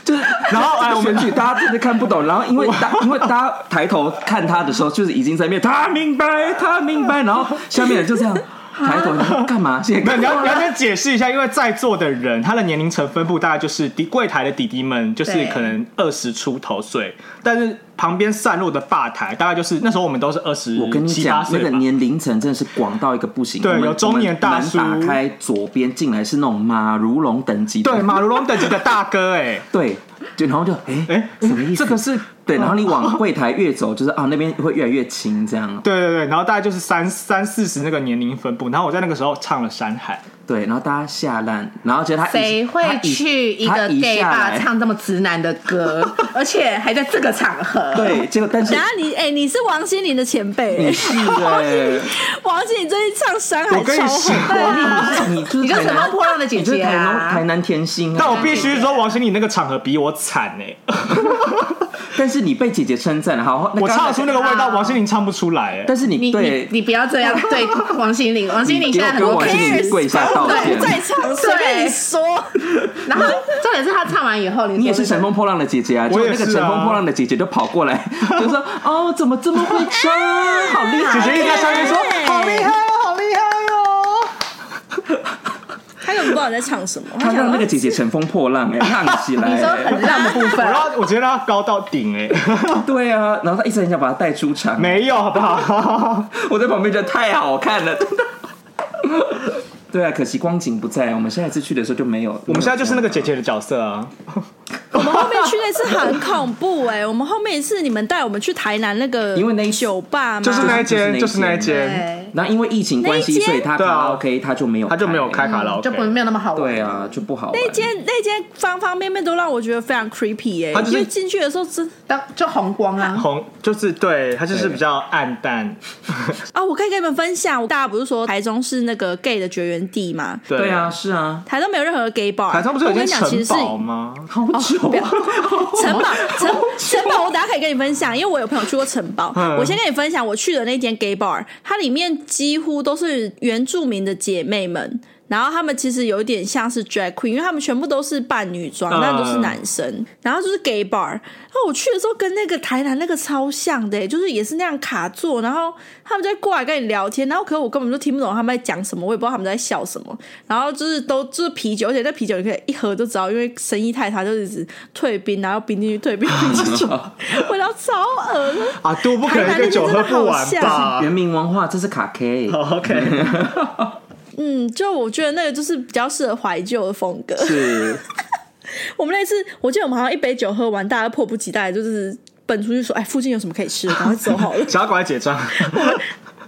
就是，
然后哎，我们
选举大家真的看不懂，然后因为大因为大家抬头看他的时候，就是已经在面，他明白，他明白，然后下面人就这样抬头然后干嘛？现
没
在
有，你要你要先解释一下，因为在座的人他的年龄层分布大概就是底柜台的弟弟们，就是
对
可能二十出头岁，但是旁边散落的吧台大概就是那时候我们都是二十
我跟你
七
讲
八，
那
岁
个
吧。
年龄层真的是广到一个不行。
对
我们
有中年大叔
我们门打开左边进来是那种马如龙等级的，
对，马如龙等级的大哥哎、
对，就然后就哎
哎
什么意思？
这个是哦
对，然后你往柜台越走，就是啊那边会越来越轻这样。
对对对，然后大概就是三三四十那个年龄分布，然后我在那个时候唱了《山海》，
对，然后大家下烂，然后觉得他一
谁
他
会
一
去一
他
个 gay
下
bar
来
唱这么直男的 歌，而且还在这个场合？
对，结果但是
等下你哎、你是王心凌的前辈、
你
欸，
是哎、
王心凌最近唱《山海
我》跟你
超
说
红，
你你就是
你就是
台
乘
南
风破浪的姐
你就是
姐
台南
啊
台！南甜心
但
啊，
我必须说，王心凌那个场合比我惨哎、
但是你被姐姐称赞了，好，那
我
刚
唱得出那个味道，
啊
王心凌唱不出来哎、
但是你
你你
对，
你不要 这样对王心凌，王心凌
给我
现在很
跟王
OK，
心凌跪下道歉
我，在场，随便你说。
然后重点是他唱完以后，你
你
说
也是
那个
乘风破浪的姐姐啊，
我
就
也
那个
是啊
乘风破浪的姐姐就跑过来， 就说哦，怎么这么会唱，好厉害，哎
姐姐一直在上面说
对
好厉害哦，好厉害哦。
他根本不知道你在唱什么，
她
想
让
说
那个姐姐乘风 破浪哎，浪起来，
你说很浪的部
我
分，
让我觉得他高到顶哎、
对啊，然后她一直很想把她带出场，
没有好不 好？
我在旁边觉得太好看了，真 的。对啊，可惜光景不在，我们下一次去的时候就没有。
我们现在就是那个姐姐的角色啊，
我们后面去那次很恐怖哎、我们后面一次你们带我们去台南那个
因为那一
酒吧嘛，
就是那一间，
就
就是是
那
那
一
一
间
间。
对，
然后因为疫情关
那
系，
一间
所以他卡
对啊
拉 OK 他就没有，哎
他就没有开。卡拉
嗯就
OK，
不没有那么好玩。
对啊，就不好玩。
那间那间方方面面都让我觉得非常 creepy 哎、
它就是
因为进去的时候真
当就红光啊，
红就是对，它就是比较暗淡。
啊，我可以给你们分享，大家不是说台中是那个 gay 的绝缘地吗？
对啊，，是啊，
台中没有任何 gay bar，
台中不是有
我
一
跟
间
你讲，其实
城
是
堡吗？
好久
哦不要
啊，
城堡，城城堡，我等下可以跟你分享，因为我有朋友去过城堡。
嗯
我先跟你分享，我去的那间 gay bar，它里面几乎都是原住民的姐妹们，然后她们其实有点像是 drag queen，因为她们全部都是扮女装，
嗯
但都是男生，然后就是 gay bar。然后我去的时候跟那个台南那个超像的、欸就是也是那样卡座，然后他们就过来跟你聊天，然后可我根本就听不懂他们在讲什么，我也不知道他们在笑什么。然后就是都就是啤酒，而且那啤酒你可以一喝就知道，因为生意太差，就是只退冰，然后冰进去退冰进去， 味道超恶的。
啊，都不可能一个酒喝不完吧
原民文化这是卡 K，
好？OK，
嗯，就我觉得那个就是比较适合怀旧的风格。
是
我们那次，我记得我们好像一杯酒喝完，大家迫不及待就是奔出去说：“哎，附近有什么可以吃的，赶快走好了。”
小狗来结账，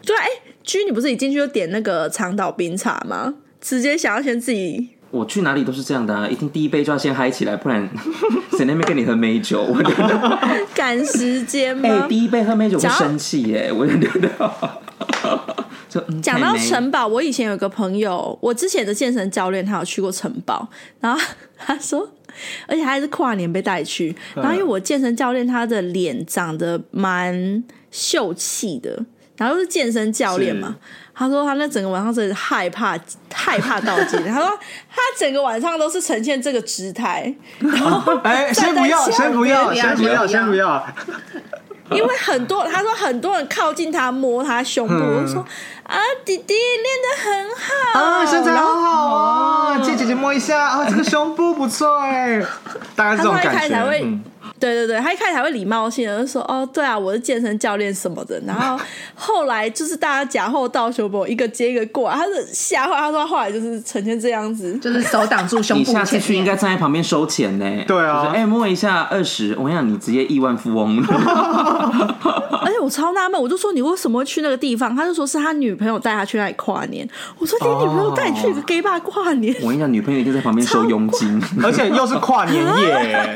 对啊，哎、居你不是一进去就点那个长岛冰茶吗？直接想要先自己
我去哪里都是这样的啊，一定第一杯就要先嗨起来，不然 谁那边跟你喝美酒？我觉得，
赶时间
哎、
吗？
第一杯喝美酒会
讲到
生气耶，我就觉得。 就嗯
讲
太
到
美
城堡，我以前有个朋友，我之前的健身教练，他有去过城堡，然后他说，而且他还是跨年被带去，然
嗯
后因为我健身教练他的脸长得蛮秀气的，然后又是健身教练嘛，他说他那整个晚上真的害怕 害怕到极点，他说他整个晚上都是呈现这个姿态，
哎，先不要，先不要，先不要，先不要，嗯
因为很多他说很多人靠近他摸他胸部，
嗯
我就说啊弟弟练得很好
啊，身材好好哦，借姐姐摸一下啊，这个胸部不错哎，大概是这种感觉。嗯，
对对对，他一开始还会礼貌性的就说：“哦，对啊，我是健身教练什么的。”然后后来就是大家假后到修博一个接一个过来，他是吓坏，他说他后来就是呈现这样 子。
就是手挡住胸
你
部
下次
前
去应
面。
该站在旁边收钱呢。
对啊
就是哎、摸一下二十，我跟你讲，你直接亿万富翁 了。
而且我超纳闷，我就说你为什么会去那个地方？他就说是他女朋友带他去那里跨年。我说你女朋友带你去一个 gay bar 跨年，
哦
我跟你讲，女朋友一定在旁边收佣金。
而且又是跨年夜，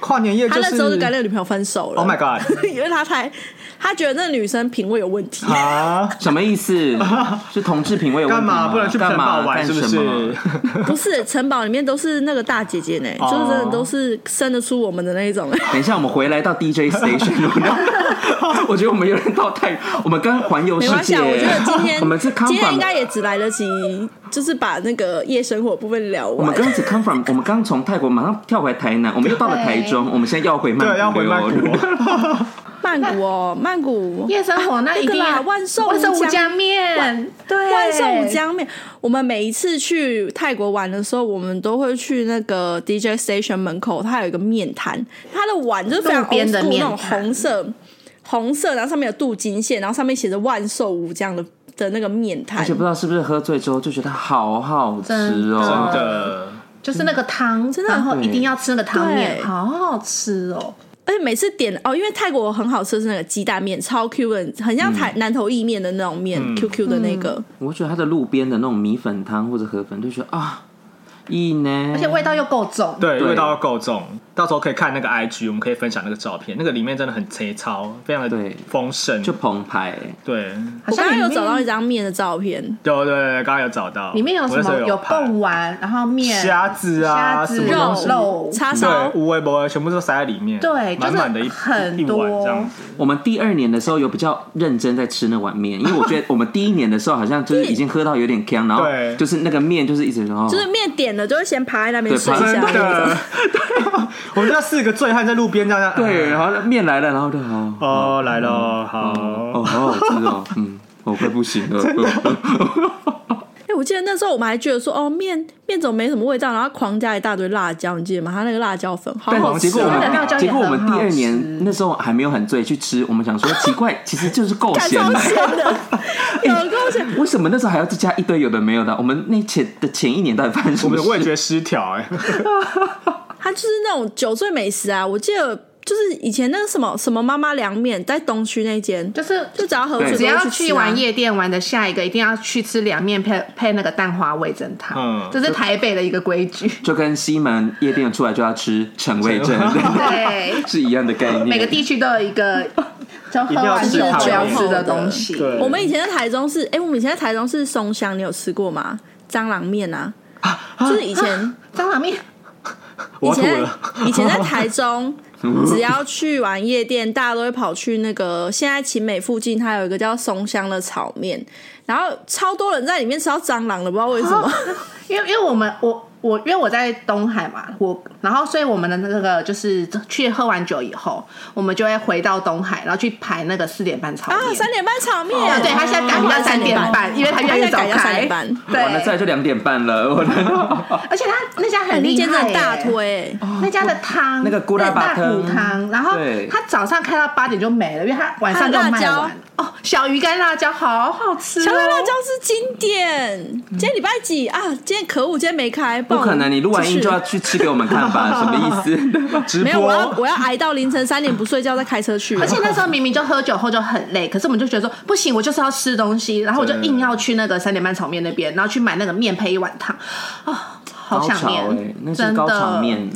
跨年夜
他
就
那
是
时候就跟那个女朋友分手了。
Oh my god
因为他太他觉得那女生品味有问 题。
啊，
什么意思？是同志品味有问
干
题
嘛
吗
不能去城
干嘛
堡玩？
干
是不
什
是
么？
不是城堡里面都是那个大姐姐呢，
哦
就是真的都是生得出我们的那一种。
等一下，我们回来到 DJ station，我我觉得 我们有点到太，我们刚环游
没
世
关系
界。
啊，我觉得今天
我们这 come
今天
from，
应该也只来得及，就是把那个夜生活部分聊
我
完
们。刚只 come from，我们刚从泰国马上跳回台南，我们又到了台中，我们现在要回曼谷了，
对，要回曼谷。
曼谷哦，曼谷啊
夜生活那一定
那
啊
个啦
要
万寿
万寿
无
无
疆
疆面，对，
万寿江面，我们每一次去泰国玩的时候，我们都会去那个 DJ station 门口，它有一个面摊，它的碗就是非常
路边的
old school
面
那种
摊
红色，红色，然后上面有镀金线，然后上面写着万寿无疆的的那个面
而
摊
且。不知道是不是喝醉之后就觉得好好吃哦
真，的，
就是那个汤，
的哦
然后一定要吃那个汤面，
对
好好吃哦。
而且每次点哦，因为泰国很好吃的是那个鸡蛋面，超 Q 的，很像
嗯
台、南投意面的那种面、q q 的那
嗯
个。
我觉得它的路边的那种米粉汤或者河粉，就觉得啊，意呢，
而且味道又够重，
对，
对
味道要够重。到时候可以看那个 IG，我们可以分享那个照片，那个里面真的很粗糙，非常的
对
丰盛。
就澎湃，
对，
好
我刚刚
像里
有
面
找到一张面的照片，
有对对，对刚刚有找到，
里面有
我
什
那时候
么
有拍
贡丸，然后面
虾子啊，
虾子
什么东西
肉肉
叉烧
对，，无微不微全部都塞在里面，
对
满满的一
就是很
一碗这样
多
子。
我们第二年的时候有比较认真在吃那碗面，因为我觉得我们第一年的时候好像就是已经喝到有点呛，然后
对
就是那个面就是一直然后
就是面点了就会先趴在那边
对
睡一
趴
下
真
那种
的。， 我们这四个醉汉在路边这样，嗯
对，然后面来了，然后就好
哦来了，
哦，
好，
好好吃哦，嗯，我快不行了，
哎、我记得那时候我们还觉得说，哦，面面怎么没什么味道，然后狂加一大堆辣椒，你记得吗？他那个辣椒粉好好
但
吃
结
哦
果我
它的辣椒
们
也
结果我们
很好
第二
吃
年那时候还没有很醉去吃，我们想说奇怪，其实就是够
干
咸
超
了。
咸的， 有够咸。
为什么那时候还要再加一堆有的没有的？我们那前的前一年到底发生什
我
么
们
事？
的味觉失调哎，
它就是那种酒醉美食啊！我记得就是以前那个什么什么妈妈凉面，在东区那间，
就是
就只要喝水
只要
都会去
去
吃啊
完夜店玩的下一个，一定要去吃凉面配配那个蛋花味噌汤，
嗯
这是台北的一个规 矩。
就跟西门夜店出来就要吃陈味正，
对，
是一样的概念。
每个地区都有一个，就喝
一定要
完
吃
之后
烤
不要
肉
吃的
的
东西。
对
我们以前在台中是，哎、我们以前在台中是松香，你有吃过吗？蟑螂面啊，就是以前、
蟑螂面
我
以
要吐
前
了。
在 以前在台中，只要去完夜店，大家都会跑去那个现在勤美附近，它有一个叫松香的炒面，然后超多人在里面吃到蟑螂的，不知道为什么。
因为因为我们我我因为我在东海嘛，我然后所以我们的那个就是去喝完酒以后，我们就会回到东海，然后去排那个四点半炒
啊，
面。
三点半炒面、
哦对他现在改
哦
到三点半，因为他越来越
他现在
早
改到三
开
点半。
完了，再
对，
来就两点半了， 我的
而且他那家
哎
很
那
厉
间真
害、
的
欸，
大推、欸，
那家的汤，
哦那个咕啦巴
大骨
汤
汤，然后
对
他早上开到八点就没了，因为他晚上就
还
卖
有辣椒
完。哦，小鱼干辣椒好好吃、哦，
小辣辣椒是经典。今天礼拜几啊？今天可恶，今天没开。不
不可能！你录完音就要
去。
去吃给我们看 吧？什么意思？
直
没有，我要
播
我要挨到凌晨三点不睡觉再开车去。
而且那时候明明就喝酒后就很累，可是我们就觉得说不行，我就是要吃东西，然后我就硬要去那个三点半炒面那边，然后去买那个面配一碗汤，啊、好
高
想
潮
念，
哎，那是
真的
高潮面，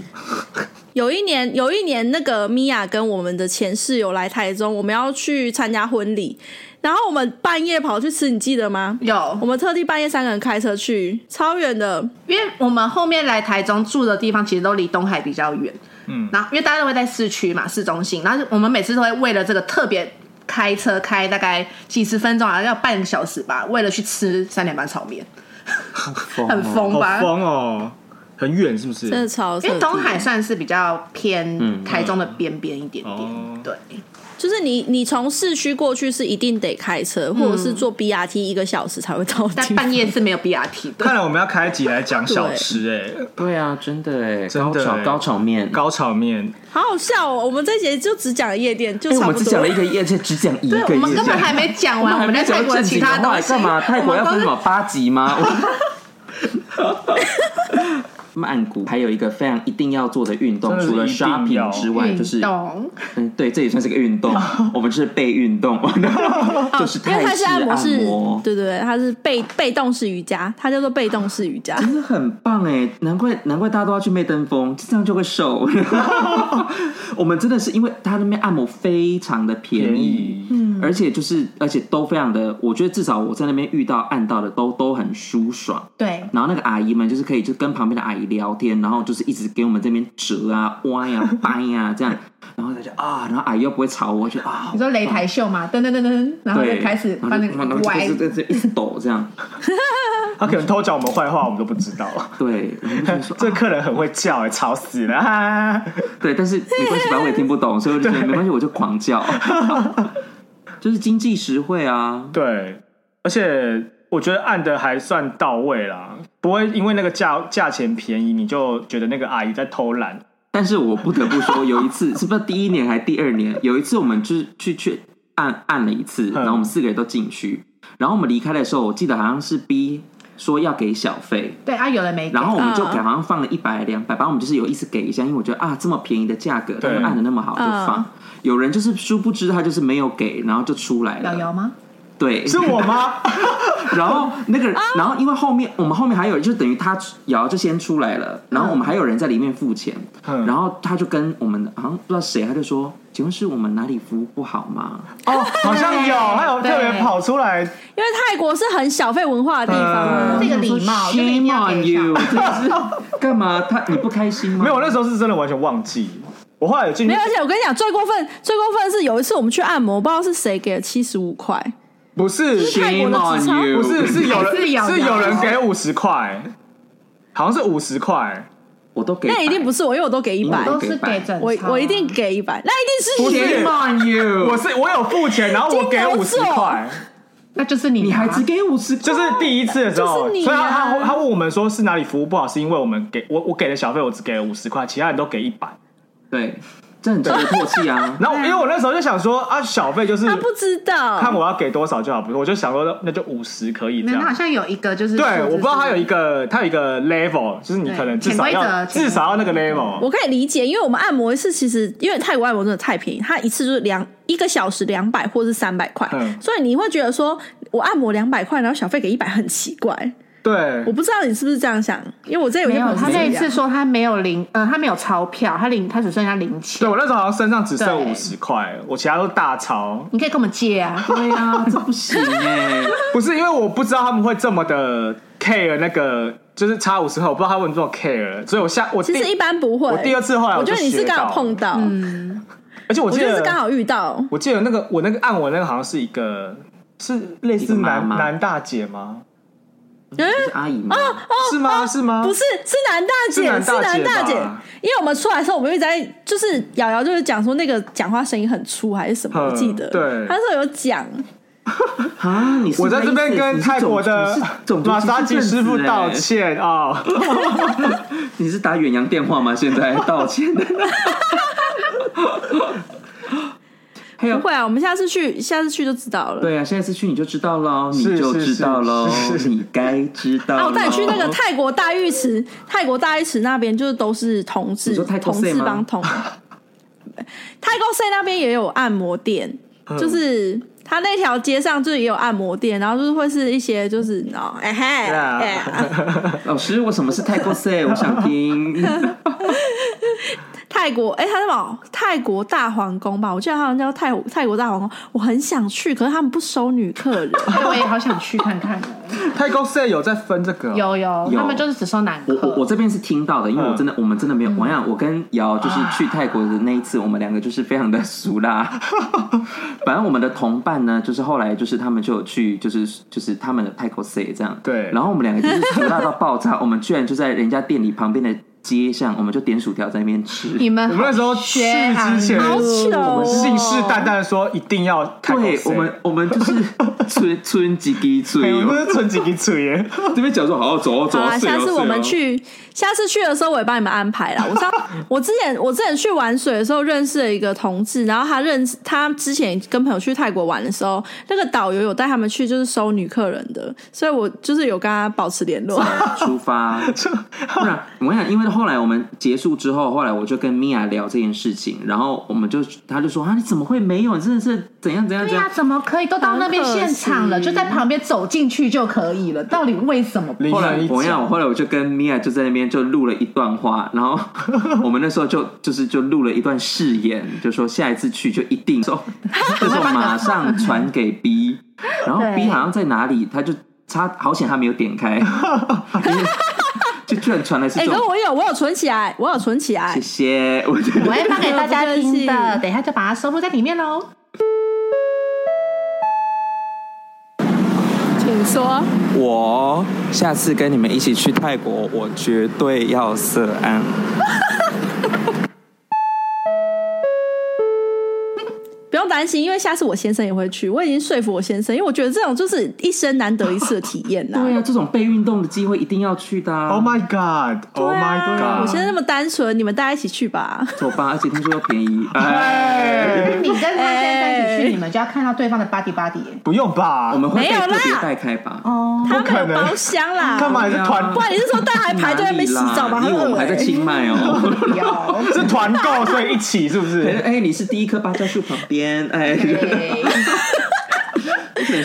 有一年，有一年那个米娅跟我们的前室友来台中，我们要去参加婚礼，然后我们半夜跑去吃，你记得吗？我
有，
们特地半夜三个人开车去，超远的，
因为我们后面来台中住的地方其实都离东海比较远，嗯，然后因为大家都会在市区嘛，市中心，然后我们每次都会为了这个特别开车开大概几十分钟啊，要半个小时吧，为了去吃三点半炒面，很
好
疯吧？
疯哦，很远是不是？
真的超
因为
特
东
地
海算是比较
嗯
偏台中的边边一点点，
哦
嗯
对，
就是你你从市区过去是一定得开车，或者是坐 BRT 一个小时才会到地
但
方。
半夜是没有 BRT 的
看。来我们要开一集来讲小吃哎、
对啊，真的哎，
真
高
的
潮
哎
高潮面。
高炒面，
好好笑哦！我们这节就只讲夜店，就
哎，我
差
们
不
只讲
多
了一。个夜，而且只讲一个夜。
对，我们根本还没 讲完，我们在泰国的其他
东
东西
啊干嘛？泰国要
我
分
们
什
都
么
是
八级 吗？ 我曼谷还有一个非常一定要做的运动
真，的是
除了
一定要
shopping 之外，就是
运动，
嗯，对，这也算是个运 动。我们是被运动， 就是
哦啊因为
泰
它
式
是按摩式
摩，，
对对对，它是被被动式瑜伽，它叫做被动式瑜伽。
真的很棒哎！难怪难怪大家都要去媚登峰，这样就会瘦。 我们真的是因为它那边按摩非常的便
便
宜
宜，
嗯，而且就是而且都非常的，我觉得至少我在那边遇到按到的都都很舒爽。
对，
然后那个阿姨们就是可以就跟旁边的阿姨聊天，然后就是一直给我们这边折啊、歪啊、掰啊这样， 然后他就啊，然后阿姨又不会吵我，就啊，
你说擂台秀嘛，噔噔噔噔，然后
对，
啊就开始
然
把
后
那
就然
个
后就
歪
就，就就一直抖这 样，
他可能偷讲我们坏话，我们都不知道。
对，我就觉得说
这个
啊
客人很会叫哎、吵死了！哈哈
对，但是没关系，反正我也听不懂，所以我 就觉得没关系，我就狂叫， 就是经济实惠啊，
对，而且我觉得按的还算到位啦，不会因为那个价价钱便宜，你就觉得那个阿姨在偷懒。
但是我不得不说，有一次是不是第一年还第二年？有一次我们就是去去按按了一
嗯
次，然后我们四个人都进去，然后我们离开的时候，我记得好像是 B 说要给小费，
对啊，有人没给
然，后我们就
嗯
给好像放了一百两百，反正我们就是有意思给一下，因为我觉得啊这么便宜的价格，他
对
们按的那么好就放
嗯。
有人就是殊不知他就是没有给，然后就出来
瑶
了，
瑶吗？
对，
是我吗？
然后那
啊
个，然后因为后面我们后面还有人，就等于他瑶就先出来
嗯
了，然后我们还有人在里面付钱，
嗯
然后他就跟我们好像不知道谁，他就说：“请问是我们哪里服务不好吗
哦，好像有，还有
对
特别跑出来，
因为泰国是很小费文化的地方啊
嗯
这。个礼貌就是一定
？”Shame
要给
on
一下
you！真的是干嘛？他你不开心吗？
没有，我那时候是真的完全忘记。我后来有进
没
去
有，，而且我跟你讲，最过分、最过分的是有一次我们去按摩，不知道是谁给了七十五块，
不是
泰国
Shame
的职
on
场
you！
不是是有人
还是有的
是有人给五十块，好像是五十块，
我都给，
那一定不是我，因为我都给一
你
百
都，
都是给整，
我我一定。给一百，那一定
不
是你。
是
Shame on you！
我是我有付钱，然后我给
金牛
五十
座
块，
那就是你啊，
你还只给五十，
就是第一次的时候，
就是你啊
所以他他他问我们说是哪里服务不好，是因为我们给我我给的小费我只给了五十块，其他人都给一百。。
对，这很值得唾弃啊
然后因为我那时候就想说啊，小费就是
嗯他不知道，
看我要给多少就好，不是？我就想说那就五十可以这
没有，
样
它好。像有一个就是数字
对，
是，
我不知道它有一个，它有一个 level，就是你
对
可能至少
潜规则
要
潜规则
至少要那个 level。
我可以理解，因为我们按摩一次，其实因为泰国按摩真的太便宜，它一次就是两一个小时两百或是三百块，
嗯
所以你会觉得说我按摩两百块，然后小费给一百很奇怪。
对
我，不知道你是不是这样想，因为我这有
没
些
有，
朋友
他
是这
那一次
样。
说他没有零，呃，他没有钞票，他零，他只剩下零钱
对。我那时候好像身上只剩
对
五十块，我其他都大钞。
你可以跟我们借啊，
对啊，这不行 哎、
不是因为我不知道他们会这么的 care 那个，就是差五十块，我不知道他们这么 care，所以我下我
其
第
实一般不会。
我第二次后来
我觉
就
得你是
学
刚
到
好碰，到，
而且我
我
记
觉
得
得是刚好遇到。
我记得那个我那个按我那个好像是一个是类似
一个妈
男
妈
男大姐吗？
嗯，
是阿姨吗？
是
哦
吗？是吗？
不是，是男大姐，
啊是男大姐吧
是男大姐。因为我们出来的时候，我们一直在，就是瑶瑶就是讲说那个讲话声音很粗还是什么，
嗯
我记得。
对
她那时候有讲，
啊，你是
我在这边跟泰国的马萨吉
吉
师傅道，歉啊！
欸你是打远洋电话吗？现在道歉的。还有
不会啊，我们下次去，下次去就知道了。
对啊，下次去你就知道喽，你
是
就是知道喽
是，是
你该知道咯。
啊，我带你去那个泰国大浴
嗯
池，泰国大浴池那边就是都是同志
你说，泰国
同
C
志
吗
帮同。 泰国 C 那边也有按摩店，
嗯
就是它那条街上就是也有按摩店，然后就是会是一些就是哦，哎嘿，
啊
哎啊
老师，我什么是泰国 C？我想听。
泰国，哎、他叫什么？泰国大皇宫吧，我记得他好像叫泰泰国大皇宫，我很想去，可是他们不收女客 人。
哎我也好想去看看哦。
泰国 C 有在分这个哦，
有有，
有
他们就是只收男
我我我
客。
这边是听到的，因为我
嗯
真的、我们真的没有，我想我跟瑶
啊
就是去泰国的那一次，我们两个就是非常的俗啦。 反正我们的同伴呢，就是后来就是他们就有去，就是就是他们的泰国 C 这样。
对
然后我们两个就是俗辣到爆炸， 我们居然就在人家店里旁边的街巷，我们就点薯条在那边吃。
你们
我们那时候去
学
之前
好糗哦
信誓旦旦地说一定要泰国
对
C，
我们，我们就是 村村几滴
哎
嘴，哦
我们是存几滴嘴耶。
这边讲说好好走哦走
好
哦
啦，，
睡哦
下次我们。
睡哦
去，下次去的时候我也帮你们安排啦。 我上我之前我之前去玩水的时候认识了一个同志，然后他认识他之前跟朋友去泰国玩的时候，那个导游有带他们去就是收女客人的，所以我就是有跟他保持联络。
啊
出发，不然我想，因为后来我们结束之后，后来我就跟米娅聊这件事情，然后我们就他就说啊，你怎么会没有？你真的是怎样怎样
对
怎
呀、
样？
怎么可以都到那边现场了，
很可
就
惜
在旁边走进去就可以了？到底为什么？
凌
后来
晨一
我
讲
想，后来我就跟米娅就在那边就录了一段话，然后我们那时候就就是就录了一段誓言，就说下一次去就一定说，就说马上传给 B，然后
对
B 好像在哪里，他就他好险他没有点开， 就是就居然传来
啊
是
哎、
这
可是
种，
我有我有存起来，哎我有存起来
谢。谢，我觉得
我会放给 大家听
不客
的，
气
等一下就把它收录在里面喽。
请说，
我下次跟你们一起去泰国，我绝对要涉案。
不用担心，因为下次我先生也会去。我已经说服我先生，因为我觉得这种就是一生难得一次的体验啦。
对啊，这种被运动的机会一定要去的、啊。
，Oh my
Oh
God，Oh
对啊
my
我
God，
现在那么单纯，你们大家一起去吧。
走吧，而且听说又便 宜。哎，
你跟他现在一 起
哎
去，你们就要看到对方的 body body 耶
不用吧？
我们会
没有
被
啦
特别带开吧？
哦。
他
可
们有
能
包厢啦，
干嘛？你是 团
不然你是说大家还排队在那边洗澡吗？
哪里啦因为我
很恶
们还在
欸
清迈 哦。
有，
是团购，所以一起是不 是？
哎，你是第一棵芭蕉树旁边，哎，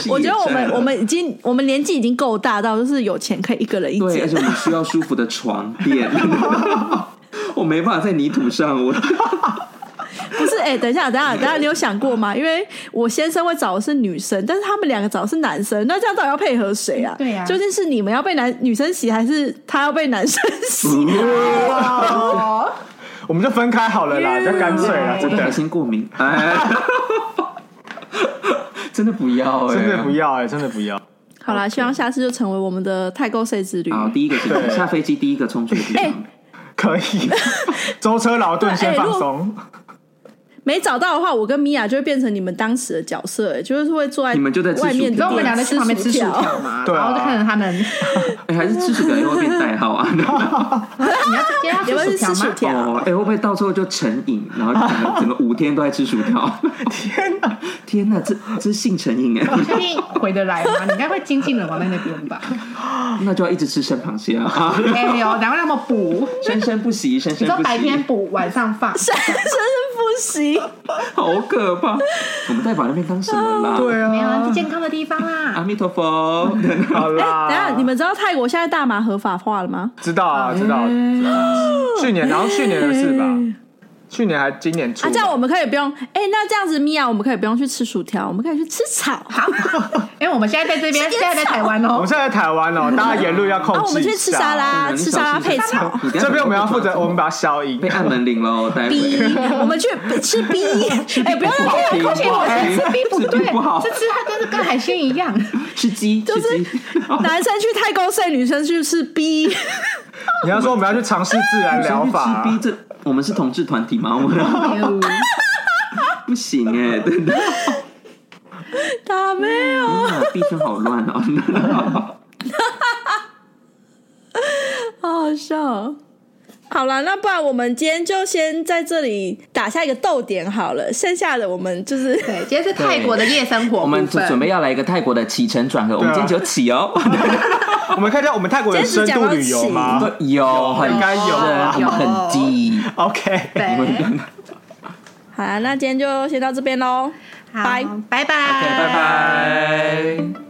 我觉得 我们我们已经我们年纪已经够大到，就是有钱可以一个人一
对，而
间。
且我们需要舒服的床垫。 我没办法在泥土上，我
不是，哎、等一下，等一下，等一下，你有想过吗？因为我先生会找的是女生，但是他们两个找的是男生，那这样到底要配合谁啊？
对呀
究竟是你们要被男女生洗，还是他要被男生洗？
嗯
我们就分开好了啦，就干脆啦，
我
啊真
对海
的，
鲜过敏，哎， 真的不要，哎，
真的不。要哎，真的不要。
好啦，希望下次就成为我们的太够税之旅。
好，第一个行动，
对
下飞机第一个冲去的地
哎
方。
可以，舟车劳顿先放松。
没找到的话，我跟米娅就会变成你们当时的角色、欸就是会坐在
你们就在吃
外面
薯
的
条
然后我们俩在
吃
旁边吃薯条
条，
嘛，
对啊
然后就看着他们，
哎、还是吃薯条也会变代号 啊？
你要今天要
要不要去
吃薯条
吃薯
吗？
条？
哦，哎、会不会到最后就成瘾，然后整个整个五天都在吃薯条？
天哪！
天哪，这这是性成瘾哎，
你确定回得来吗？你应该会精尽人亡在那边吧？
那就要一直吃生螃蟹啊！
哎呦，难怪那么补，
生生不息，生
你
生
说
不
白
息
天，补，晚上 放，
真是不行，
好可怕！我们再把那边当什么啦？
哎
对，
没有啊，是健康的地方啦。
阿弥陀 佛。
好啦，
哎等一下你们知道泰国现在大麻合法化了吗？
知道
哎
啊，知道啊。知道啊去年，然后去年的事吧，去年还今年出
啊，
吧。
这样我们可以不用，哎、那这样子，米娅，我们可以不用去吃薯条，我们可以去吃草，啊，
因为我们现在在这边，现在在台湾
我
哦
们，现在在台 湾哦，大家言论要控制一下。
啊我们去吃沙拉，啊吃沙拉配 草，
你等下
这边我们要负责，我们把它消音
被。按门铃喽， 待会。
逼，我们去吃逼，哎、不要
不
让
好
这个
听，不
空气
好
我
听，
吃冰不
吃
对
冰不好，，
这吃它真是跟海鲜一样。
吃鸡，吃鸡。
男生去太空睡，女生去吃逼，
你要说我们要去尝试自然疗法
吃逼
啊，
这，我们是同志团体 吗？我们
哎呦
不行哎， 真的，
打没有，
天哪，币圈啊好乱哦。
好好笑哦。好了，那不然我们今天就先在这里打下一个逗点好了，剩下的我们就是
对，今天是泰国的夜生活部分，
我们准准备要来一个泰国的起承转合，我们今天只有起哦，
我们看一下我们泰国有深度旅游吗
对 有很
应该有啊
深很低。
？OK，
对，
好啦，那今天就先到这边喽。
好
拜
拜拜，
拜拜。